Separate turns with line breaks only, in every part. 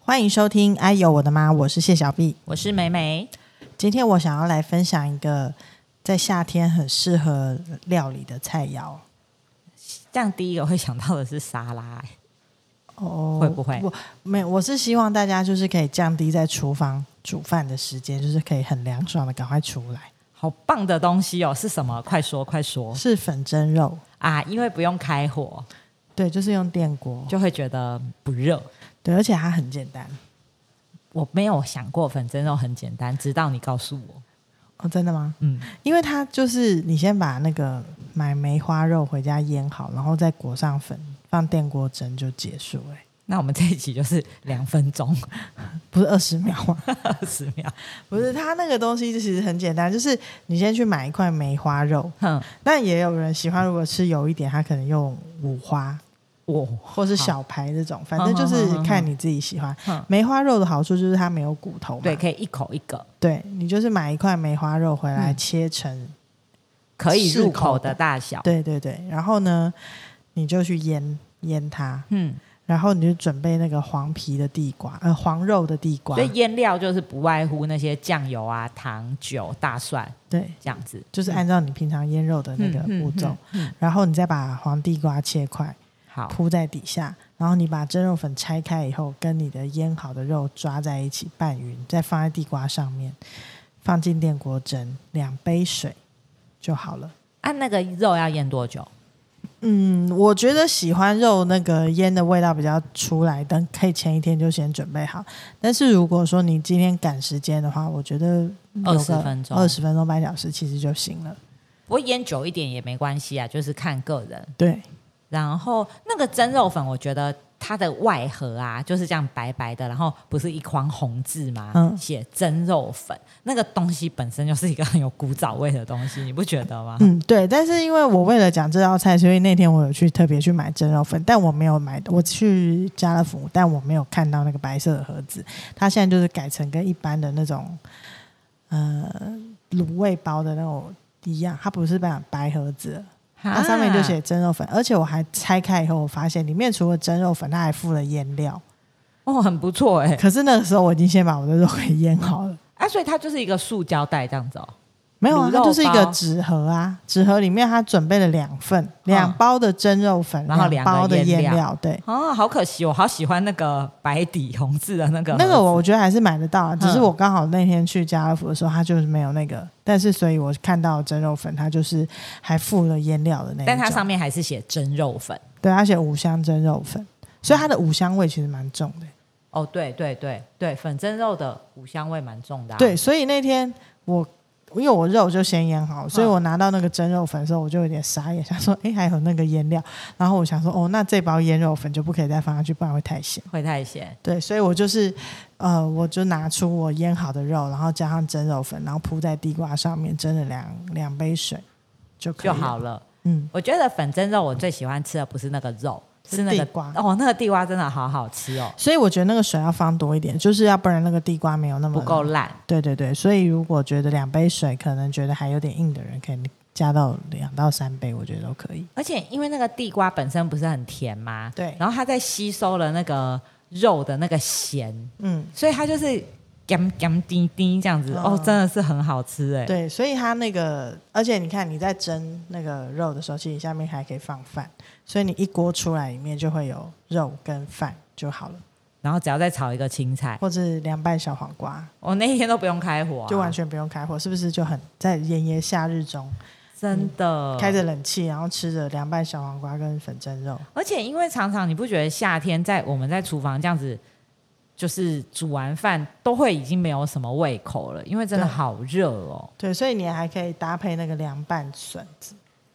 欢迎收听《哎呦我的妈》，我是谢小碧。
我是美美。
今天我想要来分享一个在夏天很适合料理的菜肴。
这样第一个会想到的是沙拉、欸
哦
会不会
我没，我是希望大家就是可以降低在厨房煮饭的时间，就是可以很凉爽的赶快出来。
好棒的东西哦，是什么？快说快说
是粉蒸肉，
啊！因为不用开火，
对，就是用电锅，
就会觉得不热。
对，而且它很简单。
我没有想过粉蒸肉很简单，直到你告诉我。
哦，真的吗？
嗯，
因为它就是你先把那个买梅花肉回家腌好，然后再裹上粉，放电锅蒸就结束、欸。
那我们这一集就是两分钟
不是二十秒吗？
二十秒。
不是，它那个东西就其实很简单，就是你先去买一块梅花肉，
哼，
但也有人喜欢，如果吃油一点，他可能用五花
我
或是小排这种，反正就是看你自己喜欢
嗯。
梅花肉的好处就是它没有骨头嘛，
对，可以一口一个，
对你就是买一块梅花肉回来
嗯
切成，
可以
适
入
口
口
的
的大小。
对对对，然后呢，你就去腌腌它，
嗯，
然后你就准备那个黄皮的地瓜，呃，黄肉的地瓜
所，以腌料就是不外乎那些酱油啊、糖、酒、大蒜
对，
这样子，
就是按照你平常腌肉的那个
嗯
步骤，。
嗯嗯嗯
然后你再把黄地瓜切块。
好，
铺在底下，然后你把蒸肉粉拆开以后，跟你的腌好的肉抓在一起拌匀，再放在地瓜上面，放进电锅蒸，两杯水就好了。
按、啊那个肉要腌多久？
嗯，我觉得喜欢肉那个腌的味道比较出来，但可以前一天就先准备好。但是如果说你今天赶时间的话，我觉得有
20
个
分钟
二十分钟半小时其实就行了。
不过腌久一点也没关系啊，就是看个人。
对，
然后那个蒸肉粉，我觉得它的外盒啊就是这样白白的，然后不是一筐红字吗？
嗯
写蒸肉粉，那个东西本身就是一个很有古早味的东西，你不觉得吗？
嗯，对，但是因为我为了讲这道菜，所以那天我有去特别去买蒸肉粉，但我没有买，我去家乐福，但我没有看到那个白色的盒子。它现在就是改成跟一般的那种，呃，卤味包的那种一样，它不是白白盒子了，
啊
它啊上面就写蒸肉粉。而且我还拆开以后，我发现里面除了蒸肉粉，它还附了腌料。
哦，很不错哎、
可是那个时候我已经先把我的肉给腌好了。
啊，所以它就是一个塑胶袋这样子哦。
没有啊，
卤
它
肉
就是一个
包
纸盒啊，纸盒里面它准备了两份，两包的蒸肉粉，
嗯然后
两
两
包
个
的
腌
腌
料
料，对。
哦，好可惜，我好喜欢那个白底红字的那个盒子。
那个我我觉得还是买得到啊，只是
嗯
我刚好那天去家乐福的时候，它就是没有那个，但是所以我看到蒸肉粉，它就是还附了腌料的那一种，
但它上面还是写蒸肉粉。
对，它写五香蒸肉粉，所以它的五香味其实蛮重的。
哦，对对对对，粉蒸肉的五香味蛮重的、啊。
对，，所以那天我因为我肉就先腌好，所以
嗯
我拿到那个蒸肉粉的时候，我就有点傻眼，想说，哎，还有那个腌料，然后我想说，哦，那这包腌肉粉就不可以再放下去，不然会太咸。
会太咸。
对，所以我就是，呃，我就拿出我腌好的肉，然后加上蒸肉粉，然后铺在地瓜上面蒸了两两杯水就可以
就
了
好。了。
嗯，
我觉得粉蒸肉我最喜欢吃的不是那个肉，
是
是那个
地瓜
哦，那个地瓜真的好好吃哦，
所以我觉得那个水要放多一点，就是要不然那个地瓜没有那么
不够。烂。
对对对，所以如果觉得两杯水可能觉得还有点硬的人，可以加到两到三杯，我觉得都可以。
而且因为那个地瓜本身不是很甜吗？
对
然后它在吸收了那个肉的那个咸，
嗯，
所以它就是甘甘滴滴这样子、
嗯
哦，真的是很好吃哎。
对，所以它那个，而且你看你在蒸那个肉的时候，其实你下面还可以放饭，所以你一锅出来里面就会有肉跟饭就好了，
然后只要再炒一个青菜，
或者凉拌小黄瓜，
我那一天都不用开火啊、
就完全不用开火，是不是就很在炎炎夏日中
真的
嗯开着冷气，然后吃着凉拌小黄瓜跟粉蒸肉？
而且因为常常你不觉得夏天在我们在厨房这样子，就是煮完饭都会已经没有什么胃口了，因为真的
对
好热哦。
对，所以你还可以搭配那个凉拌笋子，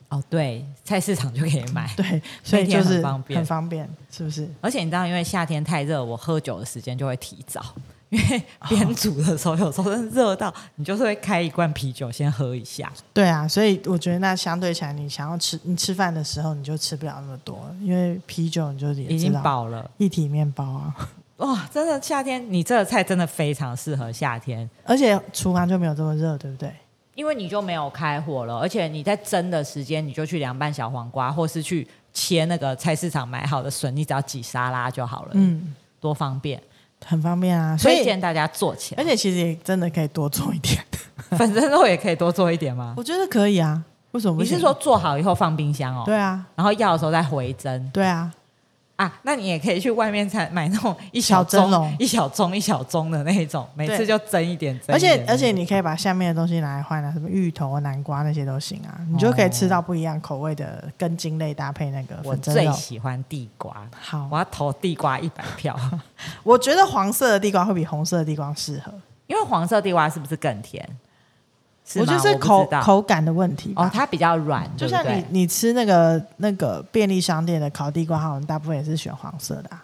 哦，对，菜市场就可以 买。
对，所以
那天
就是
很方便
很方便，是不是？
而且你知道，因为夏天太热，我喝酒的时间就会提 早，因为边煮的时候，有时候真的热到你就是会开一罐啤酒先喝一下。
对啊，所以我觉得那相对起来，你想要吃，你吃饭的时候你就吃不了那么多，因为啤酒你就也
已
知
经
道
饱了。
一体面包啊，
哇、真的夏天，你这个菜真的非常适合夏天，
而且厨房就没有这么热，对不对？
因为你就没有开火了，而且你在蒸的时间，你就去凉拌小黄瓜，或是去切那个菜市场买好的笋，你只要挤沙拉就好了，
嗯，
多方便。
很方便啊。所
推
以，
荐大家做起
而
来，
且其实也真的可以多做一 点，
反正肉也可以多做一点 嘛。
我觉得可以啊。为什么不
你
行？
是说做好以后放冰箱哦？
对啊，
然后要的时候再回蒸
对啊，
啊？那你也可以去外面才买那种一
小蒸
盅
笼
一小盅、一小盅的那一种，每
对
次就蒸一点。蒸
而
一点
且而且你可以把下面的东西拿来换啊，什么芋头、南瓜那些都行啊，
哦
你就可以吃到不一样口味的根茎类搭配那个
我
粉蒸
最
肉。
喜欢地瓜，
好
我，要投地瓜一百票，
我觉得黄色的地瓜会比红色的地瓜适合，
因为黄色地瓜是不是更甜？是
我
吗
觉得是
不知
口
道
口感的问题吧。
哦，它比较软，
就
对
像
不对
你你吃那个那个便利商店的烤地瓜，好像大部分也是选黄色的、啊。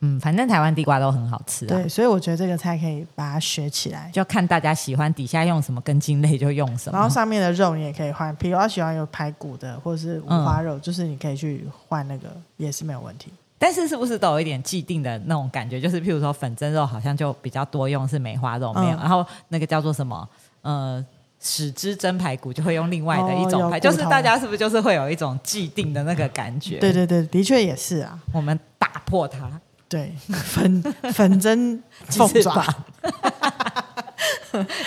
嗯，反正台湾地瓜都很好吃、啊，
对，所以我觉得这个菜可以把它学起来。
就看大家喜欢底下用什么根茎类就用什
然后
么。
上面的肉你也可以换，比如要喜欢有排骨的或者是五花
嗯
肉，就是你可以去换那个也是没有问题。
但是是不是都有一点既定的那种感觉？就是譬如说粉蒸肉好像就比较多用是梅花肉
嗯
没有，然后那个叫做什么呃。豉汁蒸排骨就会用另外的一
哦有
种排，就
骨
是
头
大家是不是就是会有一种既定的那个感觉？
对，对对，的确也是啊。
我们打破它，
对，粉 粉蒸 凤
鸡翅
爪
膀，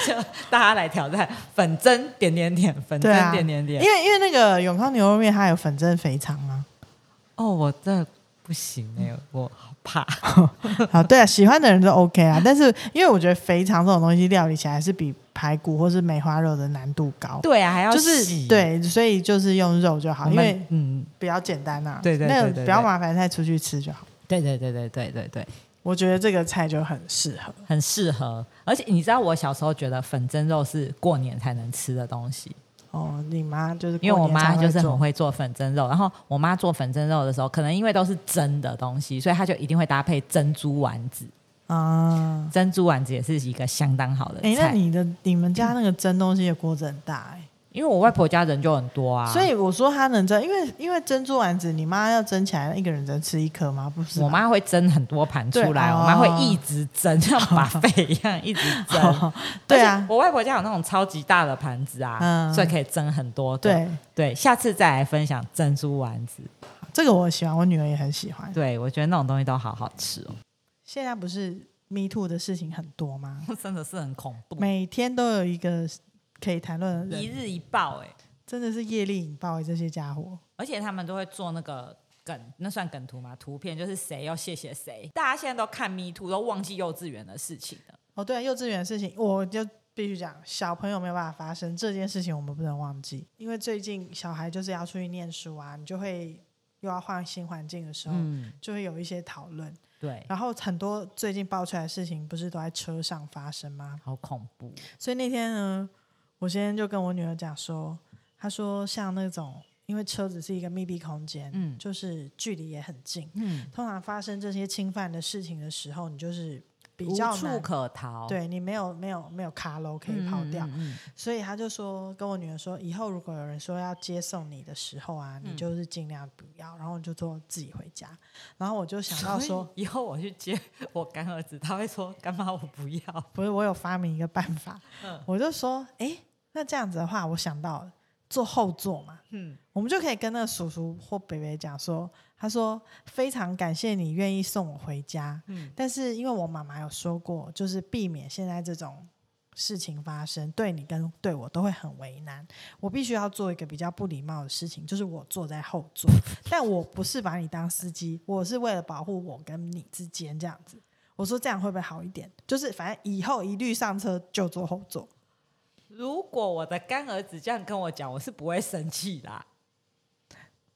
就大家来挑战粉蒸点点点，粉蒸
对啊，
点点点。
因为因为那个永康牛肉面它有粉蒸肥肠啊。
哦，我这不行哎、我好怕。
好，对啊，喜欢的人都 OK 啊。但是因为我觉得肥肠这种东西料理起来是比排骨或是梅花肉的难度高，
对啊，还要
就是
洗，
对，所以就是用肉就好，
我
因
们
为
嗯，
比较简单啊。
对对对
那个
对对
不要麻烦再出去吃就好。
对对对对对对对，
我觉得这个菜就很适合。
很适合。而且你知道，我小时候觉得粉蒸肉是过年才能吃的东西，
哦，你妈就是
因为我
过年才
妈
会
就是
做
很会做粉蒸肉。然后我妈做粉蒸肉的时候，可能因为都是蒸的东西，所以她就一定会搭配珍珠丸子。
啊。
珍珠丸子也是一个相当好的
哎、那
菜，
你的你们家那个蒸东西的锅子很大哎、
因为我外婆家人就很多啊，
所以我说它能蒸，因为因为珍珠丸子，你妈要蒸起来，一个人只能吃一颗吗？不是吧，
我妈会蒸很多盘出
对
来，
哦
我妈会一直蒸，像把肺一 样一直蒸。
对
而且
啊，
我外婆家有那种超级大的盘子啊，
嗯
所以可以蒸很多的。
对，
对，下次再来分享珍珠丸子。
这个我喜欢，我女儿也很喜欢。
对，我觉得那种东西都好好吃哦，
现在不是 Me Too 的事情很多吗？
真的是很恐怖，
每天都有一个可以谈论的
一
人，
日一爆哎、
真的是业力引爆欸这些家伙。
而且他们都会做那个梗，那算梗图吗？图片就是谁要谢谢谁，大家现在都看 Me Too，都忘记幼稚园的事情了。
哦，对，幼稚园的事情，我就必须讲，小朋友没有办法发生这件事情，我们不能忘记，因为最近小孩就是要出去念书啊，你就会又要换新环境的时候，
嗯，
就会有一些讨论。
对，
然后很多最近爆出来的事情，不是都在车上发生吗？
好恐怖。
所以那天呢，我先就跟我女儿讲说，她说像那种，因为车子是一个密闭空间，
嗯
就是距离也很近，
嗯，
通常发生这些侵犯的事情的时候，你就是比
无
较
处
难。
可逃，
对你没有没有没有卡楼可
嗯，
以跑掉，
嗯嗯嗯
所以她就说跟我女儿说，以后如果有人说要接送你的时候啊，你
嗯
就是尽量不要，然后你就说自己回家。然后我就想到说
所， 以以后我去接我干儿子，他会说干妈我不要，
不是，我有发明一个办法，
嗯
我就说，哎、那这样子的话，我想到了坐后座嘛，
嗯，
我们就可以跟那个叔叔或北北讲说，他说非常感谢你愿意送我回家，
嗯
但是因为我妈妈有说过，就是避免现在这种事情发生，对你跟对我都会很为难，我必须要做一个比较不礼貌的事情，就是我坐在后座，但我不是把你当司机，我是为了保护我跟你之间这样子。我说这样会不会好一点？就是反正以后一律上车就坐后座。
如果我的干儿子这样跟我讲，我是不会生气啦。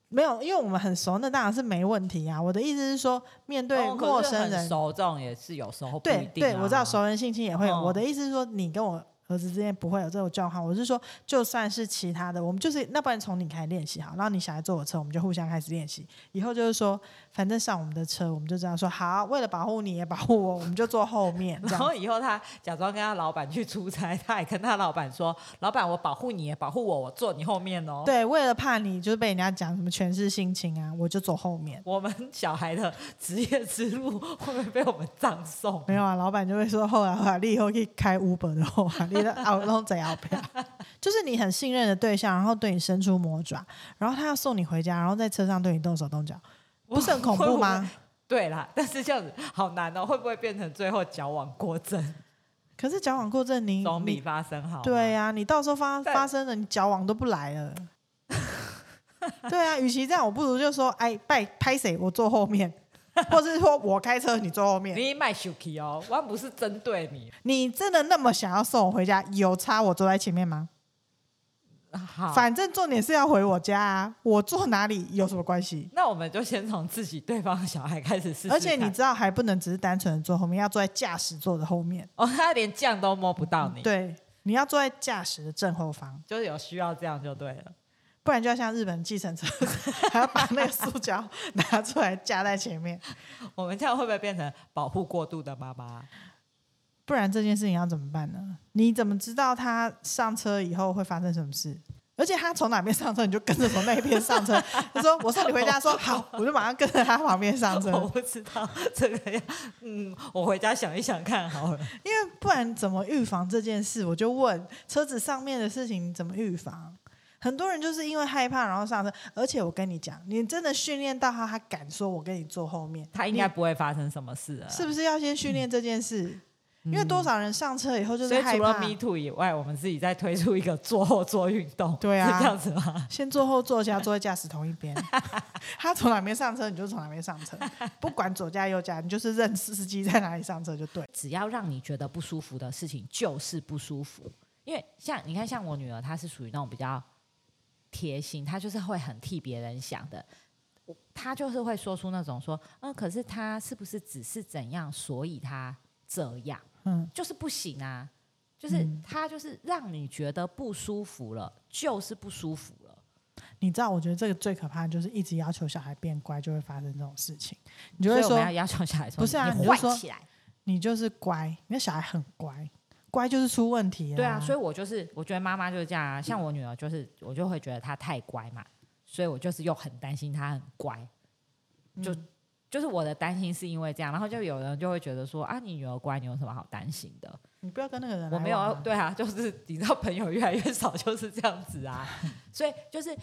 没有，因为我们很熟，那当然是没问题啊。我的意思是说，面对
哦可是
陌生
很
人，
熟这种也是有时候不一
对
定、啊。
对，我知道熟人性侵也会有。
嗯
我的意思是说，你跟我儿子之间不会有这种状况。我是说，就算是其他的，我们就是那不然从你开始练习好，然后你小孩坐我车，我们就互相开始练习。以后就是说，反正上我们的车，我们就这样说好，为了保护你也保护我，我们就坐后面这 样
然后。以后他假装跟他老板去出差，他也跟他老板说：“老板，我保护你，也保护我，我坐你后面哦。”，
对，为了怕你就是被人家讲什么全是性侵啊，我就走后面。
我们小孩的职业之路会不会被我们葬 送？
没有啊，老板就会说后来啊，你以后可以开 Uber 的后啊， 你的啊，我弄怎样不要？就是你很信任的对象，然后对你伸出魔爪，然后他要送你回家，然后在车上对你动手动脚，不是很恐怖吗？
对啦，但是这样子好难哦，会不会变成最后矫枉过正，
可是矫枉过正你，
总比
你
发生
嗯
好？
对、呀、你到时候发
对
发生了，你矫枉都不来了。对啊，与其这样，我不如就说，哎，拜拍谁，我坐后面，或者是说我开车，你坐后面。
你卖 Suki 哦，我不是针对你，
你真的那么想要送我回家？有差我坐在前面吗？
好。
反正重点是要回我家啊，我坐哪里有什么关系？
那我们就先从自己对方的小孩开始试试看。
而且你知道，还不能只是单纯的坐后面，要坐在驾驶座的后面。
哦，他连酱都摸不到你，，
对，你要坐在驾驶的正后方，
就是有需要这样就对了。
不然就要像日本计程车， 还要把那个塑胶拿出来架在前面。
我们这样会不会变成保护过度的妈妈？
不然这件事情要怎么办呢？你怎么知道他上车以后会发生什么事？而且他从哪边上车，你就跟着从那边上 车。他说：“我送你回家。”说好，我就马上跟着他旁边上车，
我不知道这个要，嗯，我回家想一想 看好了。
因为不然怎么预防这件事？我就问车子上面的事情怎么预防？很多人就是因为害怕然后上车，而且我跟你讲，你真的训练到他，他敢说我跟你坐后面，
他应该不会发生什么事了。啊
是不是要先训练这件事？因为多少人上车以后就
所
是
以
害
除了
怕，
Me Too 以外，我们自己再推出一个坐后座运动，
对啊
是这样子吗？
先坐后座加坐在驾驶同一边， 他从哪边上车你就从哪边上 车，不管左驾右驾，你就是认司机在哪里上车就对。
只要让你觉得不舒服的事情，就是不舒服。因为像你看，像我女儿，她是属于那种比较贴心，她就是会很替别人想的。我她就是会说出那种说，嗯，可是她是不是只是怎样，所以她这样，
嗯，
就是不行啊。就是她就是让你觉得不舒服了，就是不舒服了。
你知道，我觉得这个最可怕的就是一直要求小孩变乖，就会发生这种事情。你就
所
会
以我
说
们要要求小孩说，
不是啊
你
你就
坏
说
起来。
你就是乖，你的小孩很乖，乖就是出问题、
对啊，所以
以
我就是我觉得妈妈就是这样啊，像我女儿就是我就会觉得她太乖嘛，所以我就是又很担心她很乖，
嗯
就、就是我的担心是因为这样，然后就有人就会觉得说啊，你女儿乖，你有什么好担心的？
你不要跟那个人来
我没有
往
要
啊
对啊， 就是你知道朋友越来越少就是这样子啊，所以就是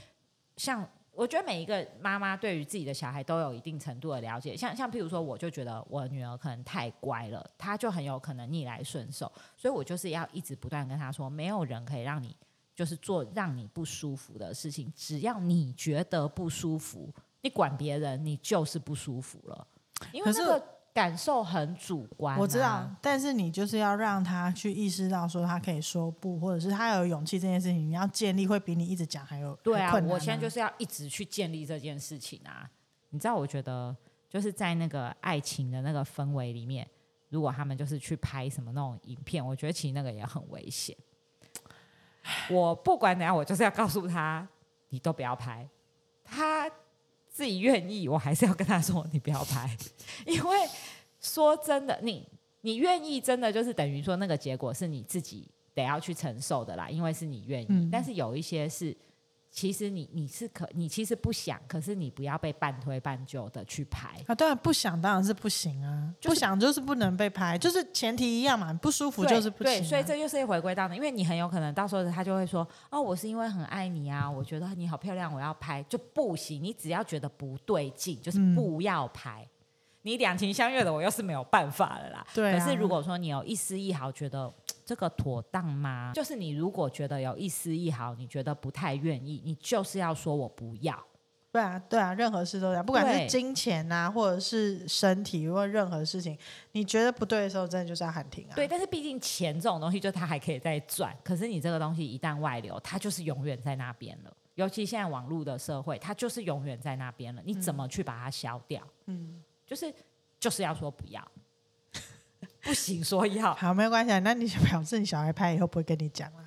像我觉得每一个妈妈对于自己的小孩都有一定程度的了解，像像譬如说，我就觉得我女儿可能太乖了，她就很有可能逆来顺受，所以我就是要一直不断跟她说，没有人可以让你就是做让你不舒服的事情，只要你觉得不舒服，你管别人，你就是不舒服了，因为
可是
那个感受很主观、
我知
啊
道，，但是你就是要让他去意识到说他可以说不，或者是他有勇气这件事情，你要建立会比你一直讲还有
对啊
还困，难、
我现在就是是要一直去建立这件事情啊。你知道，我觉得就是在那个爱情的那个氛围里面，如果他们就是去拍什么那种影片，我觉得其实那个也很危险。我不管怎样，我就是要告诉他，你都不要拍。他自己愿意，我还是要跟他说你不要拍， 因为说真的，你你愿意真的就是等于说那个结果是你自己得要去承受的啦，因为是你愿意。
嗯
但是有一些是，其实你你是可你其实不想，可是你不要被半推半就的去拍。
啊，当然不想当然是不行啊，
就是
不想就是不能被拍，就是前提一样嘛，不舒服
对
就是不行啊、
对，所以这就是回归到你，因为你很有可能到时候他就会说：“哦，我是因为很爱你啊，我觉得你好漂亮，我要拍就不行。你只要觉得不对劲，就是
嗯
不要拍。你两情相悦的，我又是没有办法了啦。
对啊
可是如果说你有一丝一毫觉得这个妥当吗？就是你如果觉得有一丝一毫，你觉得不太愿意，你就是要说我不要。
对啊，对啊，任何事都这样，不管是
对
金钱啊，或者是身体，或者任何事情，你觉得不对的时候，真的就是要喊停啊。
对，但是毕竟钱这种东西，就它还可以再赚。可是你这个东西一旦外流，它就是永远在那边了。尤其现在网络的社会，它就是永远在那边了。你怎么去把它消掉？
嗯，
就是就是要说不要， 不行说要。
好，没有关系啊，那你表示你小孩拍以后不会跟你讲啊。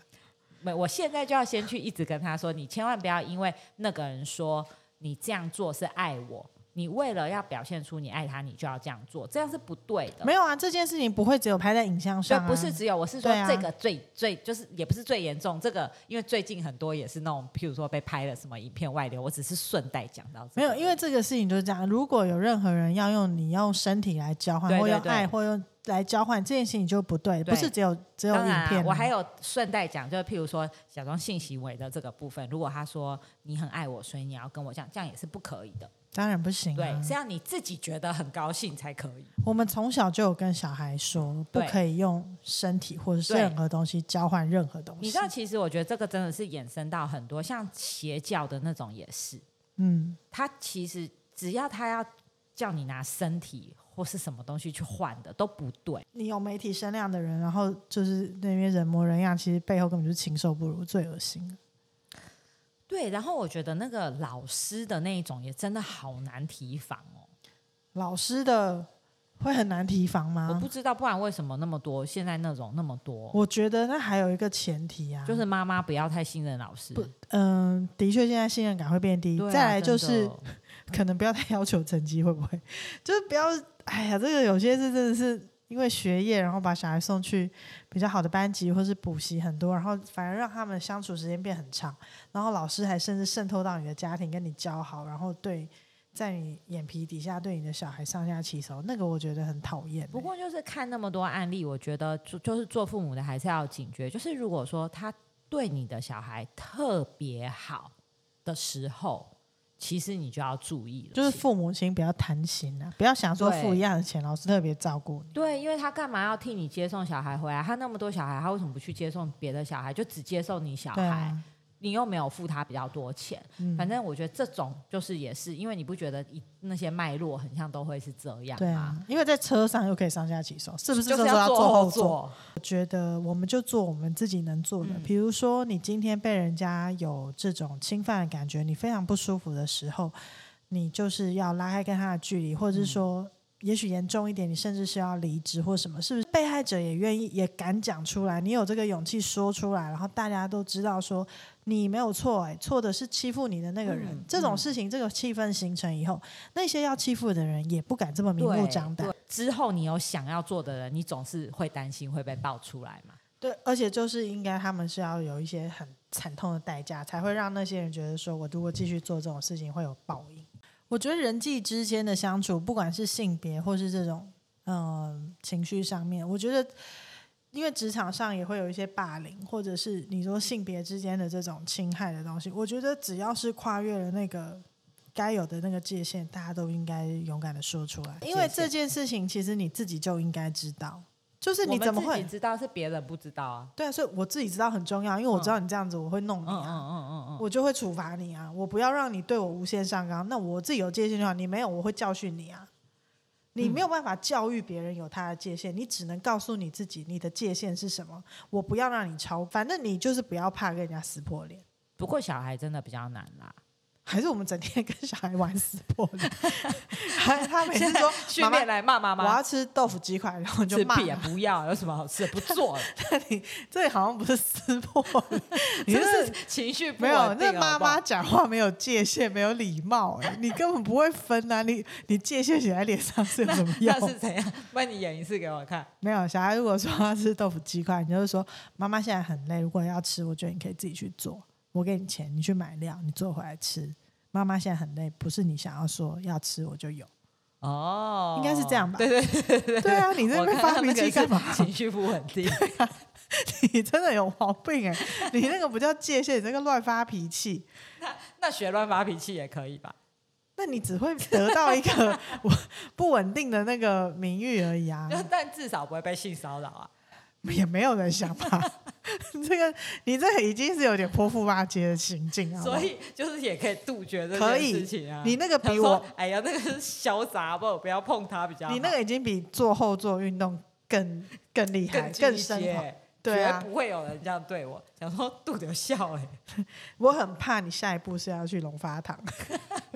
没，我现在就要先去一直跟他说，你千万不要因为那个人说你这样做是爱我，你为了要表现出你爱他，你就要这样做，这样是不对的。
没有啊，这件事情不会只有拍在影像
所以
上、啊，
不是只有，我是说
对啊
这个最、最就是也不是最严重，这个因为最近很多也是那种，譬如说被拍了什么影片外流，我只是顺带讲到、
没有，因为这个事情就是这样。如果有任何人要用你用身体来交换，
对对
或用爱，
对
或用来交换，这件事情就不对，
对
不是只有只有
当然
影
啊、
片啊、
我还有顺带讲，就是譬如说假装性行为的这个部分，如果他说你很爱我，所以你要跟我讲，这样也是不可以的。
当然不行、啊。
对，是要你自己觉得很高兴才可以。
我们从小就有跟小孩说，不
对
可以用身体或者是
对
任何东西交换任何东西。
你知道，其实我觉得这个真的是衍生到很多，像邪教的那种也是，
嗯，
他其实只要他要叫你拿身体或是什么东西去换的都不对，
你有媒体声量的人，然后就是那边人模人样，其实背后根本就是禽兽不如，最恶心了。
对。然后我觉得那个老师的那一种也真的好难提防哦，
老师的会很难提防吗？
我不知道，不然为什么那么多现在那种那么多，
我觉得那还有一个前提啊，
就是妈妈不要太信任老师。
不嗯、的确现在信任感会变低。
对啊
再来就是
真的
可能不要太要求成绩，会不会？ 就是不要，哎呀，这个有些是真的是因为学业，然后把小孩送去比较好的班级或是补习很多，然后反而让他们相处时间变很长，然后老师还甚至渗透到你的家庭跟你交好，然后对在你眼皮底下对你的小孩上下其手，那个我觉得很讨厌欸、
不过就是看那么多案例，我觉得就就是做父母的还是要警觉，就是如果说他对你的小孩特别好的时候，其实你就要注意了，
就是父母亲不要贪心啊，不要想说付一样的钱，老师特别照顾你。
对，因为他干嘛要替你接送小孩回来？他那么多小孩，他为什么不去接送别的小孩，就只接送你小
对
孩？
啊，
你又没有付他比较多钱，
嗯
反正我觉得这种就是也是，因为你不觉得一那些脉络很像都会是这样
对
吗？
啊，因为在车上又可以上下其手，是不是？
就是
要
要
坐
坐后
座。
座，
我觉得我们就做我们自己能做的，
嗯
比如说你今天被人家有这种侵犯的感觉，你非常不舒服的时候，你就是要拉开跟他的距离，或者是说。
嗯
也许严重一点，你甚至是要离职或什么，是不是？被害者也愿意，也敢讲出来，你有这个勇气说出来，然后大家都知道说你没有错、哎，错的是欺负你的那个人。
嗯
这种
嗯
事情，这个气氛形成以后，那些要欺负的人也不敢这么明目
对
张胆
对。之后你有想要做的人，你总是会担心会被爆出来嘛？
对，而且就是应该他们是要有一些很惨痛的代价，才会让那些人觉得说，我如果继续做这种事情会有报应。我觉得人际之间的相处，不管是性别或是这种嗯、呃情绪上面，我觉得因为职场上也会有一些霸凌，或者是你说性别之间的这种侵害的东西，我觉得只要是跨越了那个该有的那个界限，大家都应该勇敢的说出来，因为
界限
这件事情其实你自己就应该知道。就是
我
你
们
怎么
自
会
己知道是别人不知道啊？
对啊，所以我自己知道很重要，因为我知道你这样子我会弄
嗯
你
嗯
啊，
嗯嗯嗯，
我就会处罚你啊，我不要让你对我无限上纲。那我自己有界限就好，你没有我会教训你啊。你没有
嗯
办法教育别人有他的界限，你只能告诉你自己你的界限是什么。我不要让你超，反正你就是不要怕跟人家撕破脸。
不过小孩真的比较难啦，
还是我们整天跟小孩玩撕破脸， 还他每次说
训
妈妈
练来骂妈
我
妈
要，吃豆腐鸡块，然后你就
吃
骂
屁啊也不要，有什么好吃的？不做了，
你，这好像不是撕破脸， 你
真
这是
的 是情绪不
没有，
稳
那
定。
妈
好不好
妈讲话没有界限，没有礼貌、 哎，你根本不会分啊！你你界限写在脸上是有什么
那是
用？
怎样？不然你演一次给我看。
没有，小孩如果说他吃豆腐鸡块，你就会说妈妈现在很累，如果要吃，我觉得你可以自己去做，我给你钱，你去买料，你做回来吃。妈妈现在很累，不是你想要说要吃我就有，
哦，
应该是这 样吧
对对
对啊，你这
我
边
看
发
到
脾
那
气
个
干
是
嘛？
情绪不稳定。
你真的有毛病哎、你那个不叫界限，你这个乱发脾气。
那学乱发脾气也可以吧？
那你只会得到一 个我不稳定的那个名誉而已啊！
但至少不会被性骚扰啊。
也没有人想 吧？这个你这已经是有点泼妇骂街的行径啊！
所以就是也可以杜绝这
可
件
以
事情啊。
你那个
他
比
说
我，
哎呀，那个是潇洒不，不要碰他比较好。
你那个已经比做后座运动更更厉害、
更
更
进
深
阶
厚。对啊
绝不会有人这样对我。想说杜流 笑哎、
我很怕你下一步是要去龙发堂，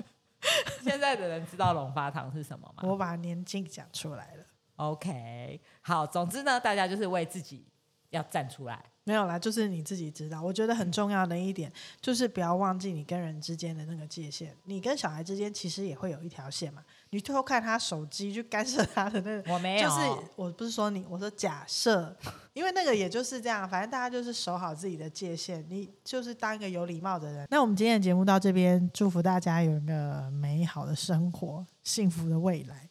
现在的人知道龙发堂是什么吗
我把年纪讲出来了。
？OK，好，总之呢，大家就是为自己要站出来。
没有啦，就是你自己知道。我觉得很重要的一点就是不要忘记你跟人之间的那个界限。你跟小孩之间其实也会有一条线嘛。你偷看他手机去干涉他的那个，
我没有，
就是我不是说你，我说假设，因为那个也就是这样，反正大家就是守好自己的界限，你就是当一个有礼貌的人。那我们今天的节目到这边，祝福大家有一个美好的生活，幸福的未来。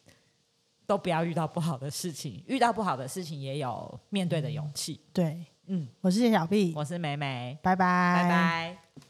都不要遇到不好的事情，遇到不好的事情也有面对的勇气。
对，
嗯，
我是谢小 B，
我是美美，
拜拜，
拜拜